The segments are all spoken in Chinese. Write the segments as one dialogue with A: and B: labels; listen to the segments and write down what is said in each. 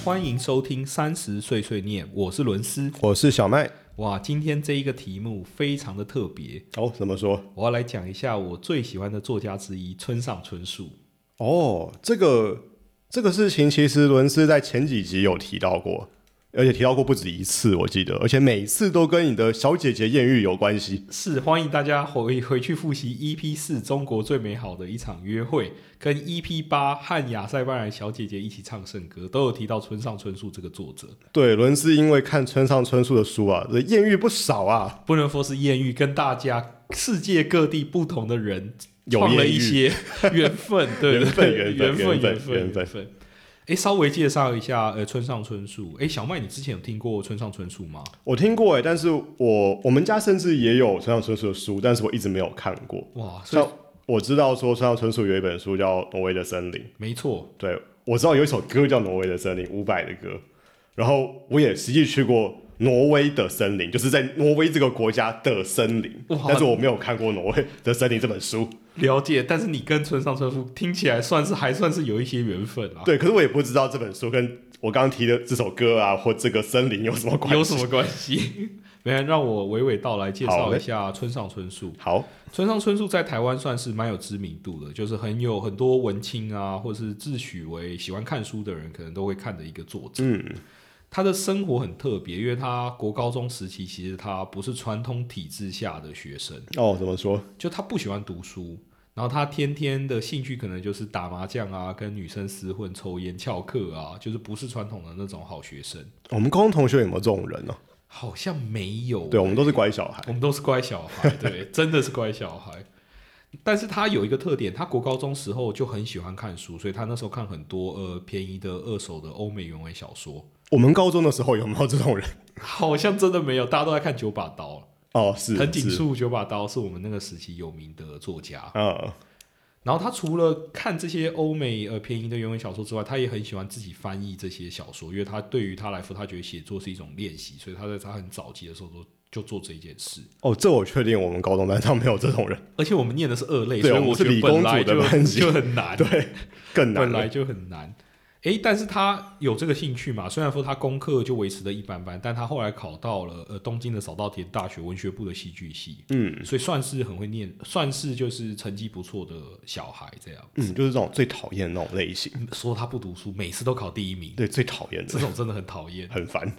A: 欢迎收听《三十岁碎念》，我是伦斯。
B: 我是小麦。
A: 哇，今天这一个题目非常的特别，
B: 哦，怎么说？
A: 我要来讲一下我最喜欢的作家之一村上春树。
B: 哦，这个这个事情其实伦斯在前几集有提到过，而且提到过不止一次，我记得，而且每一次都跟你的小姐姐艳遇有关系。
A: 是，欢迎大家回回去复习 EP 四《中国最美好的一场约会》跟 EP 八《和亚塞拜然小姐姐一起唱圣歌》，都有提到村上春树这个作者。
B: 对，伦斯因为看村上春树的书啊，这艳遇不少啊，
A: 不能说是艳遇，跟大家世界各地不同的人
B: 有
A: 创了
B: 艳
A: 一
B: 遇
A: 些缘分，对
B: 缘分
A: 对分，缘
B: 缘分缘分
A: 缘
B: 缘分
A: 分。哎，稍微介绍一下，呃，村上春树。哎，小麦，你之前有听过村上春树吗？
B: 我听过哎，但是我我们家甚至也有村上春树的书，但是我一直没有看过。
A: 哇，所以
B: 像我知道说村上春树有一本书叫《挪威的森林》，
A: 没错，
B: 对我知道有一首歌叫《挪威的森林》，伍佰的歌，然后我也实际去过挪威的森林，就是在挪威这个国家的森林
A: 哇，
B: 但是我没有看过《挪威的森林》这本书，
A: 了解。但是你跟村上春树听起来算是还算是有一些缘分啊，
B: 对，可是我也不知道这本书跟我刚刚提的这首歌啊或这个森林有什么关系。
A: 有什么关系？ 没人让我娓娓道来介
B: 好
A: 绍
B: 嘞
A: 一下村上春树。
B: 好，
A: 村上春树在台湾算是蛮有知名度的，就是很有很多文青啊，或是自诩为喜欢看书的人，可能都会看的一个作者。
B: 嗯，
A: 他的生活很特别，因为他国高中时期其实他不是传统体制下的学生，
B: 哦，怎么说？
A: 就他不喜欢读书，然后他天天的兴趣可能就是打麻将啊，跟女生厮混、抽烟、翘课啊，就是不是传统的那种好学生，
B: 我们高中同学有没有这种人呢、
A: 好像没有。
B: 对，我们都是乖小孩。
A: 我们都是乖小孩， 对，真的是乖小孩。但是他有一个特点，他国高中时候就很喜欢看书，所以他那时候看很多呃便宜的二手的欧美原文小说，
B: 我们高中的时候有没有这种人？
A: 好像真的没有，大家都在看九把刀，
B: 哦，是，
A: 藤井
B: 是，
A: 树九把刀是我们那个时期有名的作家。
B: 嗯，
A: 然后他除了看这些欧美呃便宜的原文小说之外，他也很喜欢自己翻译这些小说，因为他对于他来说，他觉得写作是一种练习，所以他在他很早期的时候都就做这一件事。
B: 哦，这我确定，我们高中班上没有这种人，
A: 而且我们念的是二类，所
B: 对
A: 以
B: 我们
A: 觉
B: 是
A: 得
B: 理
A: 本
B: 工
A: 来
B: 组的
A: 就
B: 班级
A: 就很难，
B: 对，更难
A: 本
B: 了。
A: 来就很难。诶，但是他有这个兴趣嘛？虽然说他功课就维持的一般般，但他后来考到了呃东京的早稻田大学文学部的戏剧系，
B: 嗯
A: 所以算是很会念，算是就是成绩不错的小孩这样。嗯
B: 嗯，就是这种最讨厌的那种类型，
A: 说他不读书，每次都考第一 名，
B: 对，最嗯讨厌
A: 这
B: 的，
A: 种真的很讨厌。
B: 很烦。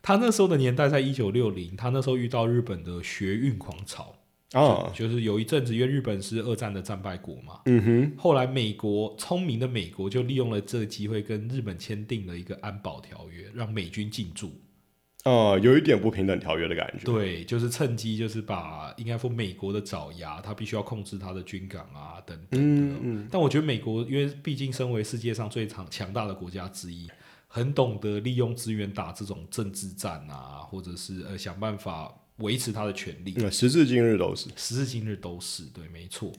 A: 他那时候的年代在一九六零，他那时候遇到日本的学运狂潮，
B: 啊，
A: 就是有一阵子，因为日本是二战的战败国嘛，
B: 嗯哼，
A: 后来，美国聪明的美国就利用了这个机会，跟日本签订了一个安保条约，让美军进驻。
B: 啊，有一点不平等条约的感觉。
A: 对，就是趁机，就是把应该说美国的爪牙，它必须要控制它的军港啊等等的。
B: 嗯嗯，
A: 但我觉得美国，因为毕竟身为世界上最强强大的国家之一，很懂得利用资源打这种政治战啊，或者是呃想办法维持它的权利。
B: 那嗯时至今日都是。
A: 时至今日都是对，没错。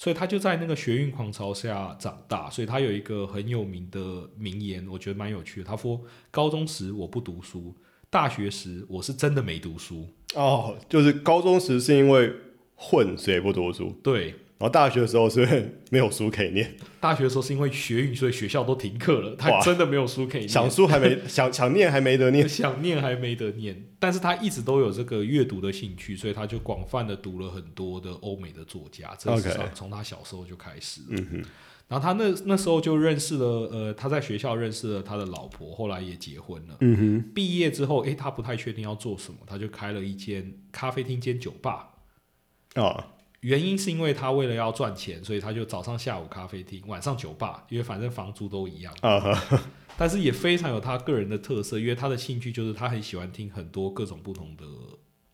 A: 所以他就在那个学运狂潮下长大，所以他有一个很有名的名言，我觉得蛮有趣的。他说：“高中时我不读书，大学时我是真的没读书。
B: 哦，就是高中时是因为混，所以不读书，”
A: 对，
B: 然后大学的时候是 因为没有书可以念，
A: 大学的时候是因为学运，所以学校都停课了，他
B: 哇
A: 真的没有书可以念，
B: 想书还没 想想念还没得念。
A: 想念还没得念。但是他一直都有这个阅读的兴趣，所以他就广泛的读了很多的欧美的作家，这是
B: OK
A: 从从他小时候就开始了。
B: 嗯哼，
A: 然后他那那时候就认识了，呃，他在学校认识了他的老婆，后来也结婚了。
B: 嗯哼，
A: 毕业之后，诶，他不太确定要做什么，他就开了一间咖啡厅兼酒吧。
B: 啊，
A: 原因是因为他为了要赚钱，所以他就早上、下午咖啡厅，晚上酒吧，因为反正房租都一样。
B: 啊哈，
A: 但是也非常有他个人的特色，因为他的兴趣就是他很喜欢听很多各种不同的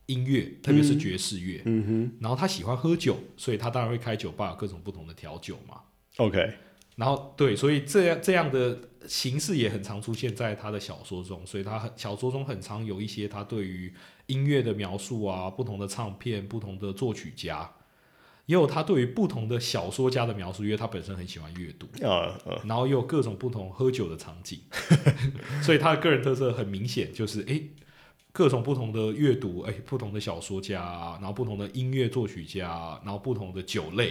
A: 音乐，特别是爵士乐。
B: 嗯
A: 然后他喜欢喝酒，所以他当然会开酒吧，有各种不同的调酒嘛。
B: 哼，OK，
A: 然后对，所以这样这样的形式也很常出现在他的小说中，所以他很小说中很常有一些他对于音乐的描述啊，不同的唱片、不同的作曲家，也有他对于不同的小说家的描述，因为他本身很喜欢阅读，
B: 啊啊，
A: 然后也有各种不同喝酒的场景， 所以他的个人特色很明显，就是诶各种不同的阅读，诶不同的小说家，然后不同的音乐作曲家，然后不同的酒类。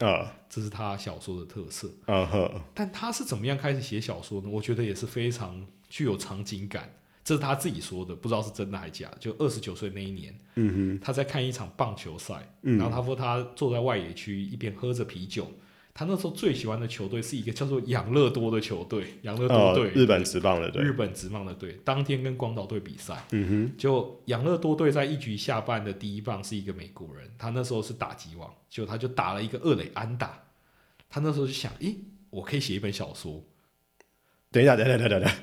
B: 嗯
A: 这是他小说的特色。
B: 嗯哼，
A: 但他是怎么样开始写小说呢？我觉得也是非常具有场景感，这是他自己说的，不知道是真的还假的。就二十九岁那一年，
B: 嗯
A: 他在看一场棒球赛，
B: 嗯
A: 然后他说他坐在外野区，一边喝着啤酒。他那时候最喜欢的球队是一个叫做养乐多的球队，养乐
B: 哼，
A: 多
B: 哦
A: 队、，
B: 日本职棒的
A: 日
B: 对，
A: 本职棒的队，当天跟广岛队比赛，
B: 嗯
A: 就养乐多队在一局下半的第一棒是一个美国人，他那时候是打击王，就他就打了一个二垒安打，他那时候就想，咦，我可以写一本小说，
B: 哼，等一下，等一下，等一下，等一下，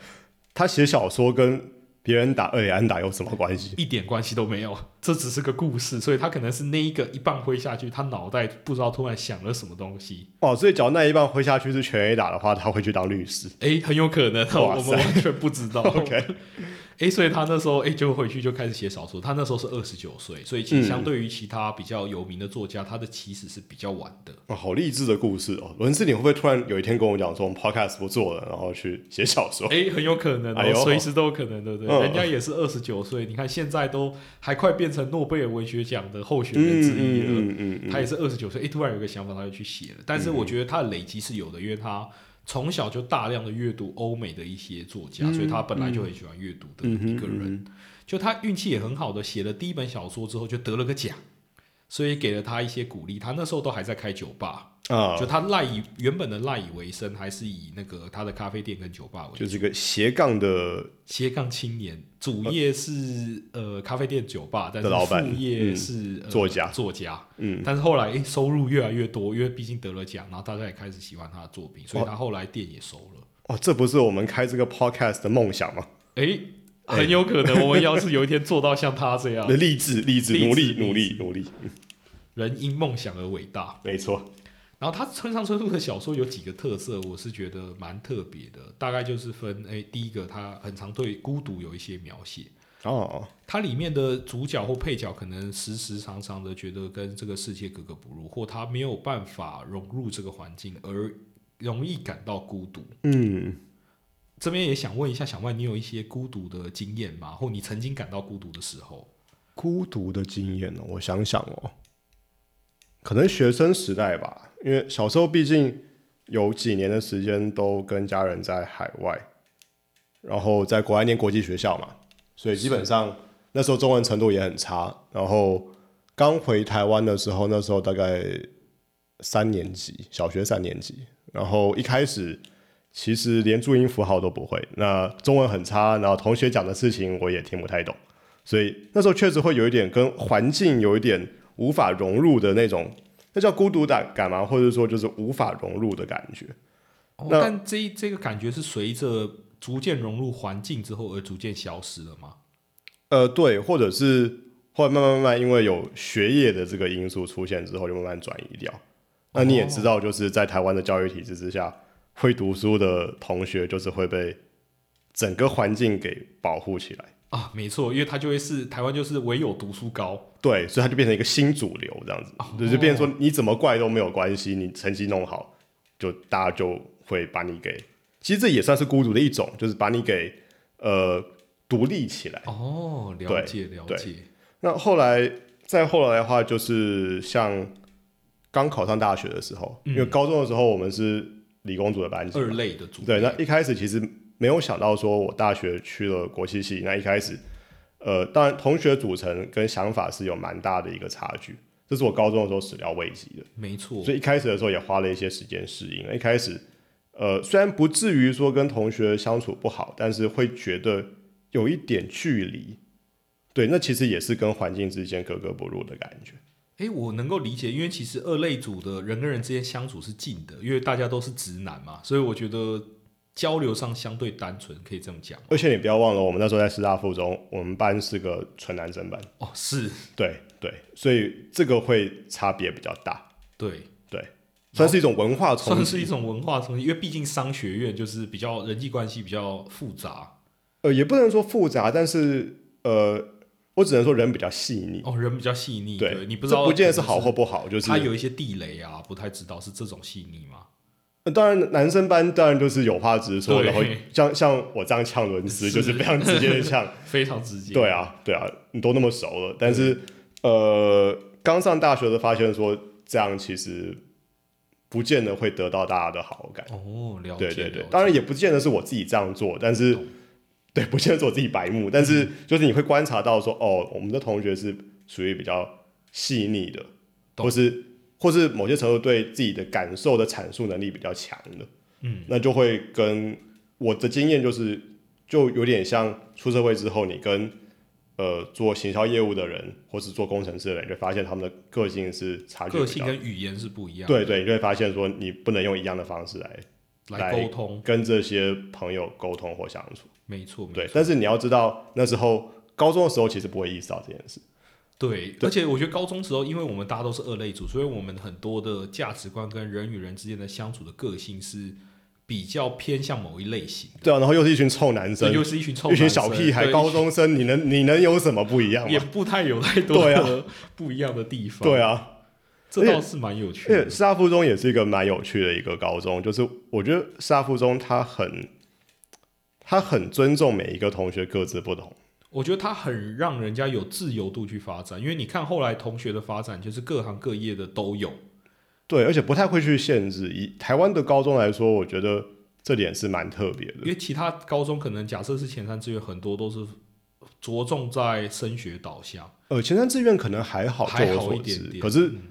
B: 他写小说跟别人打二垒安打有什么关系？
A: 一点关系都没有，这只是个故事，所以他可能是那一个一棒挥下去，他脑袋不知道突然想了什么东西，
B: 哦，所以只要那一棒挥下去是全 A 打的话，他会去当律师。
A: 诶，很有可能，哦我
B: 哇
A: 们
B: 塞
A: 完全不知道。
B: OK，
A: 诶，所以他那时候诶就回去就开始写小说，他那时候是二十九岁，所以
B: 嗯
A: 其实相对于其他比较有名的作家，他的起始是比较晚的。
B: 哦，好励志的故事哦。伦斯，你会不会突然有一天跟我讲说，我们 podcast 不做了，然后去写小 说？
A: 哎、很有可能、
B: 哦哎呦
A: 哦，随、时都有可能，对不对？
B: 嗯
A: 人家也是二十九岁，你看现在都还快变成诺贝尔文学奖的候选人之一了。
B: 嗯嗯嗯
A: 他也是二十九岁，哎、突然有一个想法，他就去写了。但是我觉得他的累积是有的，因为他从小就大量的阅读欧美的一些作家，所以他本来就很喜欢阅读的
B: 嗯哼
A: 一个人。就他运气也很好的，写了第一本小说之后就得了个奖，所以给了他一些鼓励。他那时候都还在开酒吧，
B: 嗯啊
A: 就，他赖以原本的赖以为生，还是以那个他的咖啡店跟酒吧为
B: 就是一个斜杠的
A: 斜杠青年，主业是呃咖啡店、酒吧，但是
B: 的老板嗯
A: 副业是、呃
B: 作家
A: 作家。
B: 嗯，
A: 但是后来、诶收入越来越多，因为毕竟得了奖，然后大家也开始喜欢他的作品，所以他后来店也收了。
B: 哦，这不是我们开这个 podcast 的梦想吗？
A: 诶，很有可能我们要是有一天做到像他这样，
B: 励志，励志，
A: 啊励志
B: 努力，努
A: 励
B: 力，努力，
A: 人因梦想而伟大。
B: 没错。
A: 然后他村上春树的小说有几个特色，我是觉得蛮特别的，大概就是分诶，第一个他很常对孤独有一些描写。
B: 哦，
A: 它里面的主角或配角可能时时常常的觉得跟这个世界格格不入，或他没有办法融入这个环境，而容易感到孤独。
B: 嗯，
A: 这边也想问一下小麦，你有一些孤独的经验吗？或你曾经感到孤独的时候？
B: 孤独的经验呢、我想想哦，可能学生时代吧，因为小时候毕竟有几年的时间都跟家人在海外，然后在国外念国际学校嘛，所以基本上那时候中文程度也很差。然后刚回台湾的时候，那时候大概三年级，小学三年级，然后一开始。其实连注音符号都不会，那中文很差，然后同学讲的事情我也听不太懂，所以那时候确实会有一点跟环境有一点无法融入的那种，那叫孤独感感吗？或者说就是无法融入的感觉？
A: 哦、
B: 那
A: 但这一这个感觉是随着逐渐融入环境之后而逐渐消失了吗？
B: 呃，对，或者是后来慢慢慢慢因为有学业的这个因素出现之后，就慢慢转移掉。那你也知道，就是在台湾的教育体制之下，会读书的同学就是会被整个环境给保护起来。
A: 啊，没错，因为它就会是台湾就是唯有读书高，
B: 对，所以它就变成一个新主流这样子，就是变成说你怎么怪都没有关系，你成绩弄好，就大家就会把你给，其实这也算是孤独的一种，就是把你给呃独立起来。
A: 哦，了
B: 对
A: 解了
B: 对
A: 解，
B: 那后来再后来的话，就是像刚考上大学的时候，因为高中的时候我们是理工组的班级嘛，
A: 二类的主
B: 对，那一开始其实没有想到说我大学去了国际系，那一开始，呃，当然同学组成跟想法是有蛮大的一个差距，这是我高中的时候始料未及的，
A: 没错，
B: 所以一开始的时候也花了一些时间适应。那一开始，呃，虽然不至于说跟同学相处不好，但是会觉得有一点距离。对，那其实也是跟环境之间格格不入的感觉。
A: 诶，我能够理解，因为其实二类组的人跟人之间相处是近的，因为大家都是直男嘛，所以我觉得交流上相对单纯，可以这么讲。
B: 而且你不要忘了，我们那时候在师大附中，我们班是个纯男生班。
A: 哦，是
B: 对对，所以这个会差别比较大，
A: 对，
B: 算是一种文化冲
A: 算是
B: 击，
A: 一种文化冲击，因为毕竟商学院就是比较人际关系比较复杂，
B: 呃，也不能说复杂，但是呃，我只能说人比较细腻，
A: 哦，人比较细腻，
B: 对，
A: 你不知道，
B: 这不见得是好或，不好，就是
A: 他有一些地雷啊，不太知道是这种细腻吗？
B: 呃当然男生班当然就是有话直说，
A: 对
B: 然后像像我这样呛伦斯，就是是非常直接 的呛，
A: 非常直接，
B: 对啊对啊，你都那么熟了，但是呃，刚上大学的发现说这样其实不见得会得到大家的好感。
A: 哦，了解，
B: 对对对
A: 了，解
B: 当然也不见得是我自己这样做，但是
A: 懂
B: 对，不见得是我自己白目，但是就是你会观察到说，哦，我们的同学是属于比较细腻的，
A: 懂
B: 或是或是某些程度对自己的感受的阐述能力比较强的，
A: 嗯，
B: 那就会跟我的经验就是，就有点像出社会之后，你跟呃做行销业务的人，或是做工程师的人，就发现他们的个性是差距比较
A: 个性跟语言是不一样的，
B: 对对，你就会发现说你不能用一样的方式来
A: 来沟通，
B: 跟这些朋友沟通或相处。
A: 没错，没错
B: 对，但是你要知道，那时候高中的时候其实不会意识到这件事。
A: 对，而且我觉得高中时候，因为我们大家都是二类组，所以我们很多的价值观跟人与人之间的相处的个性是比较偏向某一类型。
B: 对啊，然后又是一群臭男
A: 这
B: 生，
A: 就是一群臭
B: 一群
A: 男
B: 小
A: 生
B: 屁孩，
A: 对
B: 高中生，你能你能有什么不一样
A: 也
B: 吗？
A: 不太有太多
B: 对啊
A: 的不一样的地方。
B: 对
A: 啊，
B: 啊，
A: 这倒是蛮有趣
B: 而且
A: 的。
B: 师大附中也是一个蛮有趣的一个高中，就是我觉得师大附中它很，它很尊重每一个同学各自不同。
A: 我觉得它很让人家有自由度去发展，因为你看后来同学的发展，就是各行各业的都有。
B: 对，而且不太会去限制。以台湾的高中来说，我觉得这点是蛮特别
A: 因
B: 的。
A: 为其他高中可能假设是前三志愿，很多都是着重在升学导向，
B: 呃，前三志愿可能还好，就
A: 还
B: 我
A: 好
B: 所
A: 一点
B: 知
A: 点。
B: 可是
A: 嗯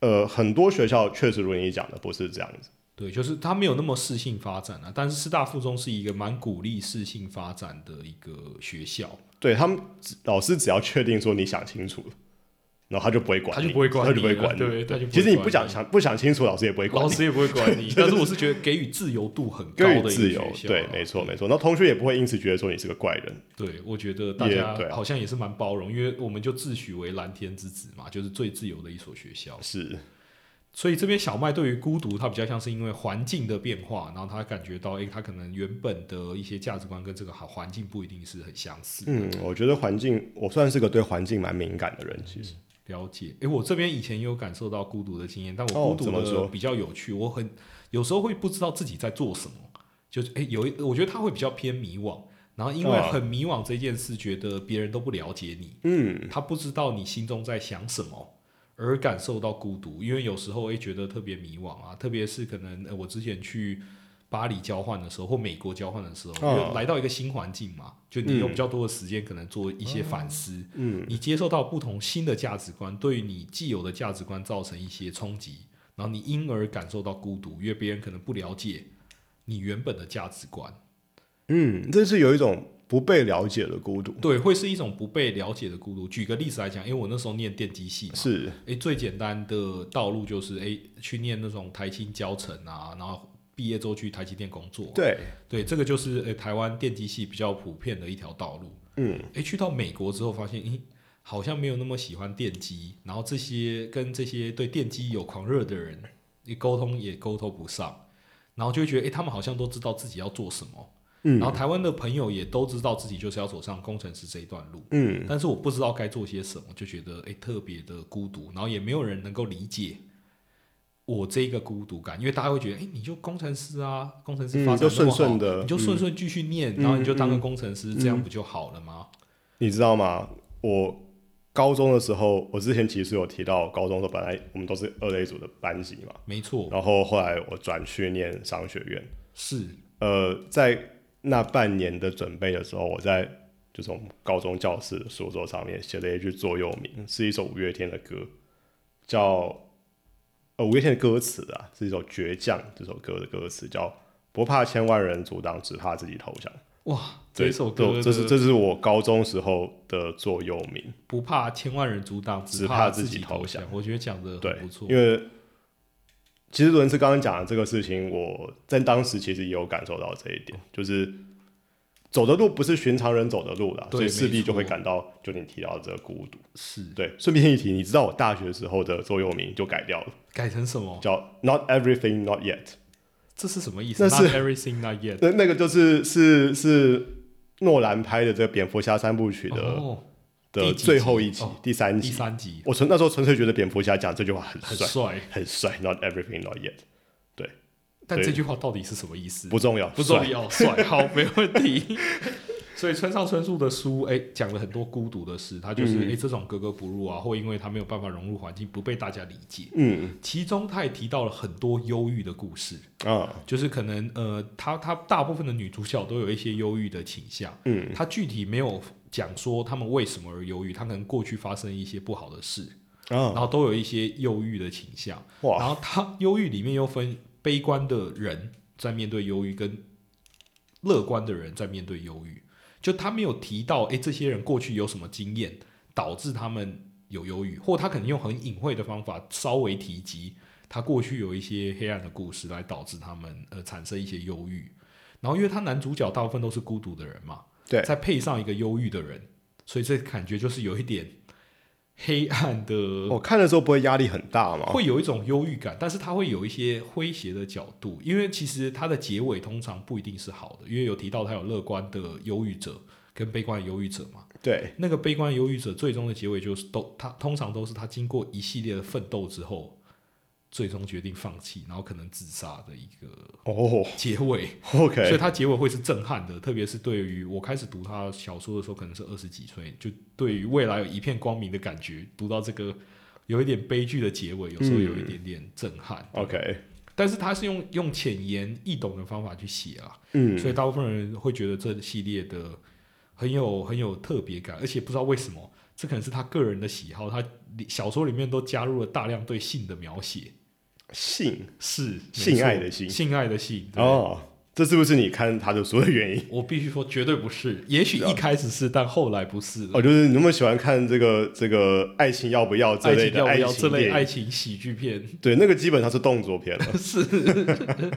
B: 呃，很多学校确实如你讲的不是这样子。
A: 对，就是它没有那么适性发展啊，但是师大附中是一个蛮鼓励适性发展的一个学校，
B: 对他们只，老师只要确定说你想清楚了，然后他就不会管
A: 他
B: 你，
A: 就不会管
B: 他
A: 你，
B: 就不会管你。
A: 对，他就会
B: 其实你不
A: 管
B: 想想不想清楚，老师也不会管
A: 老
B: 你，
A: 师也不会管 你，但是我是觉得给予自由度很高
B: 给
A: 的一
B: 予
A: 个
B: 自由
A: 学。校啊
B: 对，没错没错。然后同学也不会因此觉得说你是个怪人。
A: 对，我觉得大
B: 也
A: 家
B: 对啊
A: 好像也是蛮包容，因为我们就自诩为蓝天之子嘛，就是最自由的一所学校。
B: 是，
A: 所以这边小麦对于孤独，他比较像是因为环境的变化，然后他感觉到，诶，他可能原本的一些价值观跟这个好环境不一定是很相似。
B: 嗯，我觉得环境，我算是个对环境蛮敏感的人，其实。
A: 了解，诶，我这边以前也有感受到孤独的经验，但
B: 哦
A: 我孤独
B: 怎么说
A: 的比较有趣，我很有时候会不知道自己在做什么，就是诶，有一我觉得他会比较偏迷惘，然后因为
B: 哦
A: 很迷惘这件事，觉得别人都不了解你，
B: 嗯，
A: 他不知道你心中在想什么，而感受到孤独，因为有时候会觉得特别迷惘啊，特别是可能、呃我之前去巴黎交换的时候或美国交换的时候，
B: 哦
A: 因为来到一个新环境嘛，就你有比较多的时间，可能做一些反思，嗯，你接受到不同新的价值观，对于你既有的价值观造成一些冲击，然后你因而感受到孤独，因为别人可能不了解你原本的价值观。
B: 嗯，这是有一种不被了解的孤独。
A: 对，会是一种不被了解的孤独。举个例子来讲，因为我那时候念电机系嘛，
B: 是，
A: 诶，最简单的道路就是诶，去念那种台青教程啊，然后毕业之后去台积电工作。
B: 对，
A: 对，这个就是诶台湾电机系比较普遍的一条道路。
B: 嗯，
A: 诶，去到美国之后发现，咦，好像没有那么喜欢电机，然后这些跟这些对电机有狂热的人，你沟通也沟通不上，然后就会觉得，诶，他们好像都知道自己要做什么。然
B: 嗯
A: 后台湾的朋友也都知道自己就是要走上工程师这一段路，
B: 嗯，
A: 但是我不知道该做些什么，就觉得诶特别的孤独，然后也没有人能够理解我这个孤独感，因为大家会觉得诶哎你就工程师啊，工程师
B: 嗯
A: 发展那
B: 就顺
A: 么好，
B: 顺嗯的
A: 你就顺顺继续念，然后你就当个工程师，这样不就好了吗？
B: 嗯你知道吗？我高中的时候，我之前其实有提到，高中的时候本来我们都是二类组的班级嘛，
A: 没错，
B: 然后后来我转去念商学院。
A: 是
B: 呃，在那半年的准备的时候，我在就是我们高中教室的书桌上面写了一句座右铭，是一首五月天的歌，叫呃五月天的歌词啊，是一首《倔强》这首歌的歌词，叫“不怕千万人阻挡，只怕自己投降”。
A: 哇，
B: 对
A: 这首歌
B: 对
A: 的
B: 这是这是我高中时候的座右铭，
A: 不怕千万人阻挡，
B: 只怕
A: 怕
B: 自己
A: 己
B: 投
A: 投
B: 降
A: 降，我觉得讲的
B: 对
A: 很不，错
B: 因，为其实伦斯刚刚讲的这个事情，我在当时其实也有感受到这一
A: 哦
B: 点，就是走的路不是寻常人走的路啦，
A: 对
B: 所以势必
A: 没错
B: 就会感到就你提到的这个孤独。
A: 是
B: 对，顺便一提，你知道我大学时候的座右铭就改掉了，
A: 改成什么？
B: 叫 “Not everything, not yet”。
A: 这是什么意思
B: 那是
A: ？Not everything, not yet。
B: 那那个就是是是诺兰拍的这个蝙蝠侠三部曲的、
A: 哦，
B: 的
A: 第几集
B: 最后一集，
A: 哦
B: 第三
A: 第
B: 集。
A: 三集
B: 我纯那时候纯粹觉得蝙蝠侠讲这句话很
A: 很
B: 帅，
A: 帅，
B: 很帅。Not everything, not yet，
A: 但
B: 对
A: 这句话到底是什么意思？
B: 不重要，
A: 不
B: 帅
A: 重要，帅好，没问题。 所以村上春树的书，哎、讲了很多孤独的事，他就是哎、
B: 嗯
A: 这种格格不入啊，或因为他没有办法融入环境，不被大家理解。
B: 嗯
A: 其中他也提到了很多忧郁的故事，
B: 啊
A: 就是可能呃，他他大部分的女主角都有一些忧郁的倾向，
B: 嗯
A: 他具体没有讲说他们为什么而忧郁，他可能过去发生一些不好的事，然
B: 啊
A: 后都有一些忧郁的倾向。然
B: 哇
A: 后他忧郁里面又分悲观的人在面对忧郁，跟乐观的人在面对忧郁。就他没有提到，诶，这些人过去有什么经验导致他们有忧郁，或他可能用很隐晦的方法稍微提及他过去有一些黑暗的故事来导致他们呃产生一些忧郁。然后，因为他男主角大部分都是孤独的人嘛，
B: 对
A: 再配上一个忧郁的人，所以这感觉就是有一点黑暗的
B: 我看的时候不会压力很大吗？
A: 会有一种忧郁感，但是它会有一些诙谐的角度，因为其实它的结尾通常不一定是好的，因为有提到它有乐观的忧郁者跟悲观的忧郁者嘛。
B: 对，
A: 那个悲观的忧郁者最终的结尾就是都他通常都是他经过一系列的奋斗之后，最终决定放弃，然后可能自杀的一个
B: 哦
A: 结尾。所以
B: ，OK，
A: 它结尾会是震撼的，特别是对于我开始读他小说的时候，可能是二十几岁，就对于未来有一片光明的感觉。读到这个有一点悲剧的结尾，有时候有一点点震撼。
B: OK，
A: 但是他是用用浅言易懂的方法去写啊，
B: 嗯，
A: 所以大部分人会觉得这系列的很有很有特别感，而且不知道为什么，这可能是他个人的喜好。他里小说里面都加入了大量对性的描写，
B: 性
A: 是没错
B: 性爱的性
A: 性爱的性，对
B: 哦，这是不是你看他的书的原因？
A: 我必须说，绝对不是。也许一开始是，但后来不是了。
B: 哦，就是你那么喜欢看这个这个爱情要不要这
A: 爱
B: 类
A: 情
B: 的
A: 要不要
B: 情
A: 这
B: 电
A: 类
B: 影
A: 爱情喜剧片
B: 对，那个基本上是动作片了。
A: 是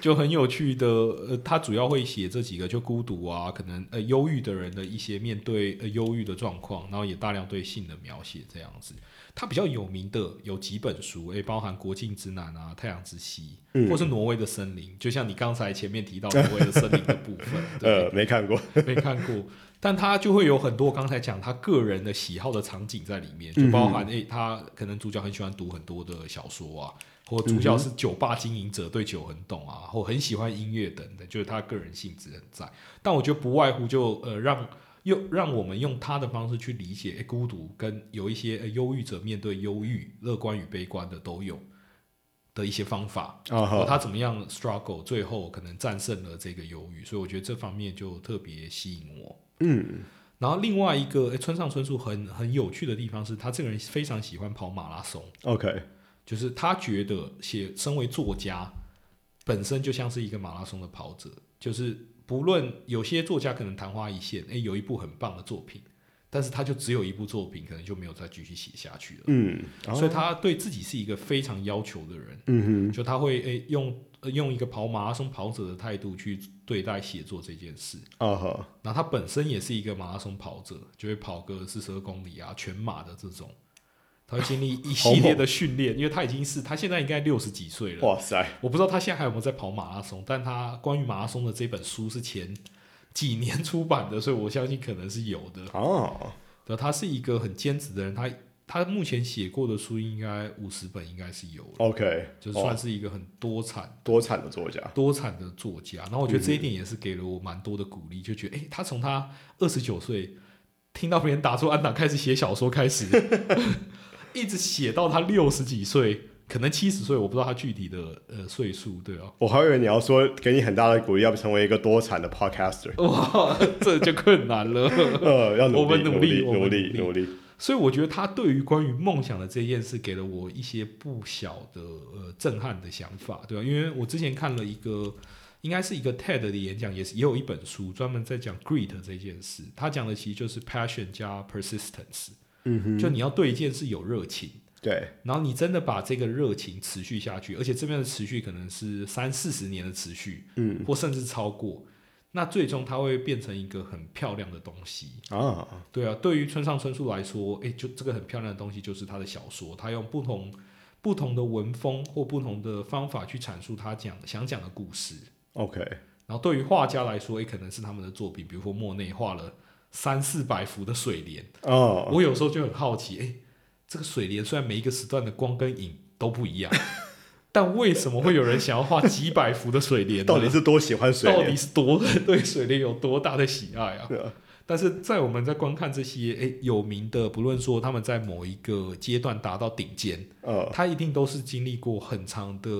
A: 就很有趣的。呃，他主要会写这几个，就孤独啊，可能呃忧郁的人的一些面对呃忧郁的状况，然后也大量对性的描写这样子。他比较有名的有几本书，诶、包含《国境之南》啊，《太阳之西》
B: 嗯
A: 或是《挪威的森林》，就像你刚才前面提到挪威的森林的部分， 对。
B: 呃，没看过。
A: 没看过，但他就会有很多刚才讲他个人的喜好的场景在里面，就包含诶、他可能主角很喜欢读很多的小说啊，或主角是酒吧经营者，对酒很懂啊，或很喜欢音乐等等，就是他个人性质很在。但我觉得不外乎就呃让。又让我们用他的方式去理解、诶孤独，跟有一些呃忧郁者面对忧郁、乐观与悲观的都有的一些方法。
B: 啊
A: 哦，
B: 哈，
A: 他怎么样 struggle，最后可能战胜了这个忧郁，所以我觉得这方面就特别吸引我。
B: 嗯，
A: 然后另外一个、诶村上春树很很有趣的地方是他这个人非常喜欢跑马拉松，
B: ，OK，
A: 就是他觉得写身为作家本身就像是一个马拉松的跑者，就是不论有些作家可能昙花一现，诶，有一部很棒的作品，但是他就只有一部作品，可能就没有再继续写下去了。
B: 嗯，哦
A: 所以他对自己是一个非常要求的人。
B: 嗯
A: 就他会诶、用、呃用一个跑马拉松跑者的态度去对待写作这件事。
B: 哼，啊哈，
A: 然后他本身也是一个马拉松跑者，就会跑个四十二公里啊，全马的这种。他会经历一
B: 好
A: 系
B: 猛
A: 列的训练，因为他已经是他现在应该六十几岁了。
B: 哇塞，
A: 我不知道他现在还有没有在跑马拉松，但他关于马拉松的这本书是前几年出版的，所以我相信可能是有的。
B: 哦，
A: 对，他是一个很坚持的人，他他目前写过的书应该五十本应该是有了，
B: ，OK，哦
A: 就是算是一个很多产
B: 多产的作家，
A: 多产的作家，然后我觉得这一点也是给了我蛮多的鼓励，就觉得哎、诶他从他二十九岁听到别人打出安打开始写小说开始， 一直写到他六十几岁，可能七十岁，我不知道他具体的呃岁数，对哦，
B: 我还以为你要说给你很大的鼓励，要成为一个多产的 podcaster，
A: 哇，这就困难了。
B: 呃，要努
A: 我
B: 力，
A: 们
B: 努
A: 努
B: 力，
A: 力
B: 努
A: 我们
B: 力，
A: 努
B: 努力，
A: 所以我觉得他对于关于梦想的这件事，给了我一些不小的呃震撼的想法，对吧？因为我之前看了一个，应该是一个 TED 的演讲，也是也有一本书专门在讲 greed 这件事。他讲的其实就是 passion 加 persistence，
B: 嗯哼，
A: 就你要对一件事有热情，
B: 对，
A: 然后你真的把这个热情持续下去，而且这边的持续可能是三四十年的持续，
B: 嗯，
A: 或甚至超过，那最终它会变成一个很漂亮的东西。
B: 啊，
A: 对啊，对于村上春树来说，诶，就这个很漂亮的东西就是他的小说，他用不同不同的文风或不同的方法去阐述他讲想讲的故事。
B: ，OK，
A: 然后对于画家来说，也可能是他们的作品，比如说莫内画了三四百幅的水莲，
B: 哦，
A: 我有 时候就很好奇，诶，这个水莲虽然每一个时段的光跟影都不一样，但为什么会有人想要画几百幅的水莲呢？
B: 到底是多喜欢水
A: 到
B: 莲
A: 底？是多 对水莲有多大的喜爱啊？
B: 对啊
A: 但是在我们在观看这些诶有名的，不论说他们在某一个阶段达到顶尖，
B: 呃，
A: 他一定都是经历过很长的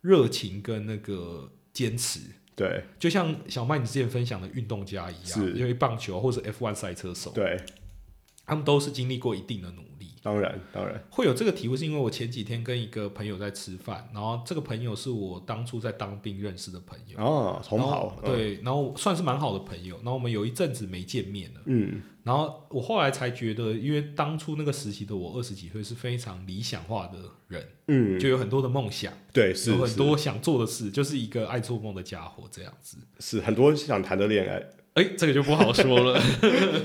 A: 热情跟那个坚持。
B: 对
A: 就像小麦你之前分享的运动家一
B: 是
A: 样，因为棒球啊或者 F1 赛车手，
B: 对，
A: 他们都是经历过一定的努力。
B: 当然当然，
A: 会有这个体悟，是因为我前几天跟一个朋友在吃饭，然后这个朋友是我当初在当兵认识的朋友，
B: 哦，同
A: 然后
B: 好，嗯，
A: 对，然后算是蛮好的朋友。然后我们有一阵子没见面了，
B: 嗯，
A: 然后我后来才觉得，因为当初那个时期的我二十几岁是非常理想化的人，
B: 嗯，
A: 就有很多的梦想，
B: 对，是
A: 有很
B: 是
A: 多想做的事，就是一个爱做梦的家伙这样子。
B: 是很多想谈的恋爱，
A: 哎、这个就不好说了。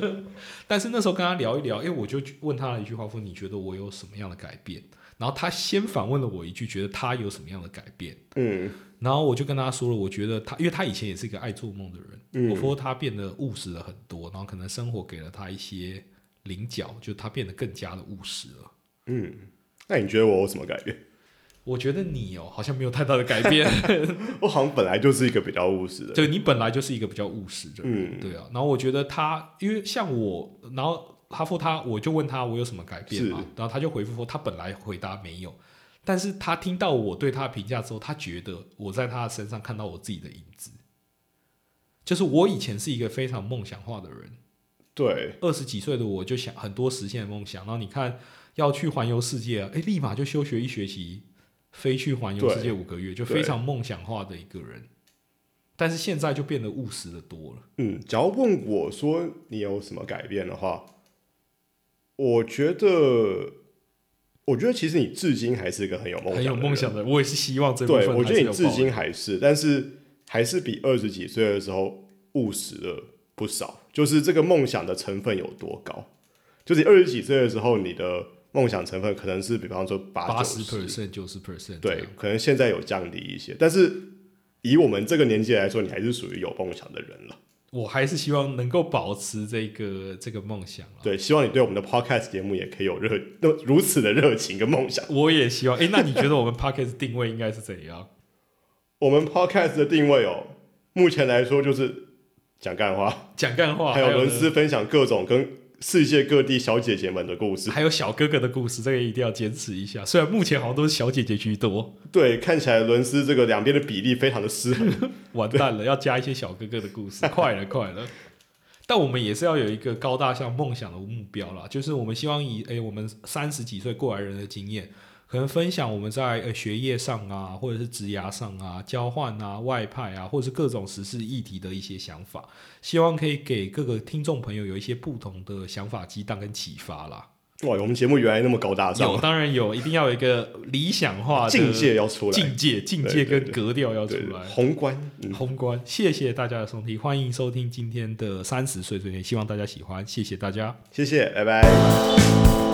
A: 但是那时候跟他聊一聊，哎、我就问他了一句话，说你觉得我有什么样的改变？然后他先反问了我一句，觉得他有什么样的改变？
B: 嗯
A: 然后我就跟他说了，我觉得他，因为他以前也是一个爱做梦的人，
B: 嗯
A: 我说他变得务实了很多，然后可能生活给了他一些棱角，就他变得更加的务实了。
B: 嗯，那你觉得 我有什么改变？
A: 我觉得你哦，好像没有太大的改变，
B: 我好像本来就是一个比较务实的人，
A: 对你本来就是一个比较务实的人，
B: 嗯
A: 对啊。然后我觉得他，因为像我，然后哈佛他，我就问他我有什么改变嘛
B: 是，
A: 然后他就回复说他本来回答没有，但是他听到我对他的评价之后，他觉得我在他的身上看到我自己的影子，就是我以前是一个非常梦想化的人，
B: 对，
A: 二十几岁的我就想很多实现的梦想，然后你看要去环游世界、啊，哎，立马就休学一学期，飞去环游世界五个月，就非常梦想化的一个人。但是现在就变得务实的多了。
B: 嗯，只要问我说你有什么改变的话，我觉得，我觉得其实你至今还是一个很有梦想，
A: 很有梦。想的，我也是希望这部
B: 对，
A: 分
B: 我
A: 还
B: 觉得
A: 是
B: 你
A: 有
B: 至
A: 保
B: 今还是，但是还是比二十几岁的时候务实了不少。就是这个梦想的成分有多高？就是你二十几岁的时候，你的梦想成分可能是比方说八
A: 八
B: 九
A: 十
B: 十
A: percent、九十 percent，
B: 对，可能现在有降低一些，但是以我们这个年纪来说，你还是属于有梦想的人了。
A: 我还是希望能够保持这个这个梦想啊。
B: 对，希望你对我们的 podcast 节目也可以有热那如此的热情跟梦想。
A: 我也希望，哎，那你觉得我们 p o c k e t 定位应该是怎样？
B: 我们 podcast 的定位哦，目前来说就是讲干话，
A: 讲干话，
B: 还
A: 哦还
B: 有
A: 呢
B: 伦斯分享各种跟世界各地小姐姐们的故事。
A: 还有小哥哥的故事，这个一定要坚持一下。虽然目前好像都是小姐姐居多，
B: 对，看起来伦斯这个两边的比例非常的 失衡。
A: 完蛋了，要加一些小哥哥的故事， 快了快了。但我们也是要有一个高大上梦想的目标啦，就是我们希望以诶、我们三十几岁过来人的经验，可能分享我们在呃学业上啊，或者是职涯上啊、交换啊、外派啊，或者是各种时事议题的一些想法，希望可以给各个听众朋友有一些不同的想法激荡跟启发啦。
B: 哇，我们节目原来那么高大
A: 有
B: 上，
A: 当然有，一定要有一个理想化的
B: 境界要出来，
A: 境界、境界
B: 对对
A: 跟格调要出
B: 对，
A: 来。
B: 宏观。嗯，
A: 宏观，谢谢大家的收听，欢迎收听今天的三十岁碎念，希望大家喜欢，谢谢大家。
B: 谢谢，拜拜。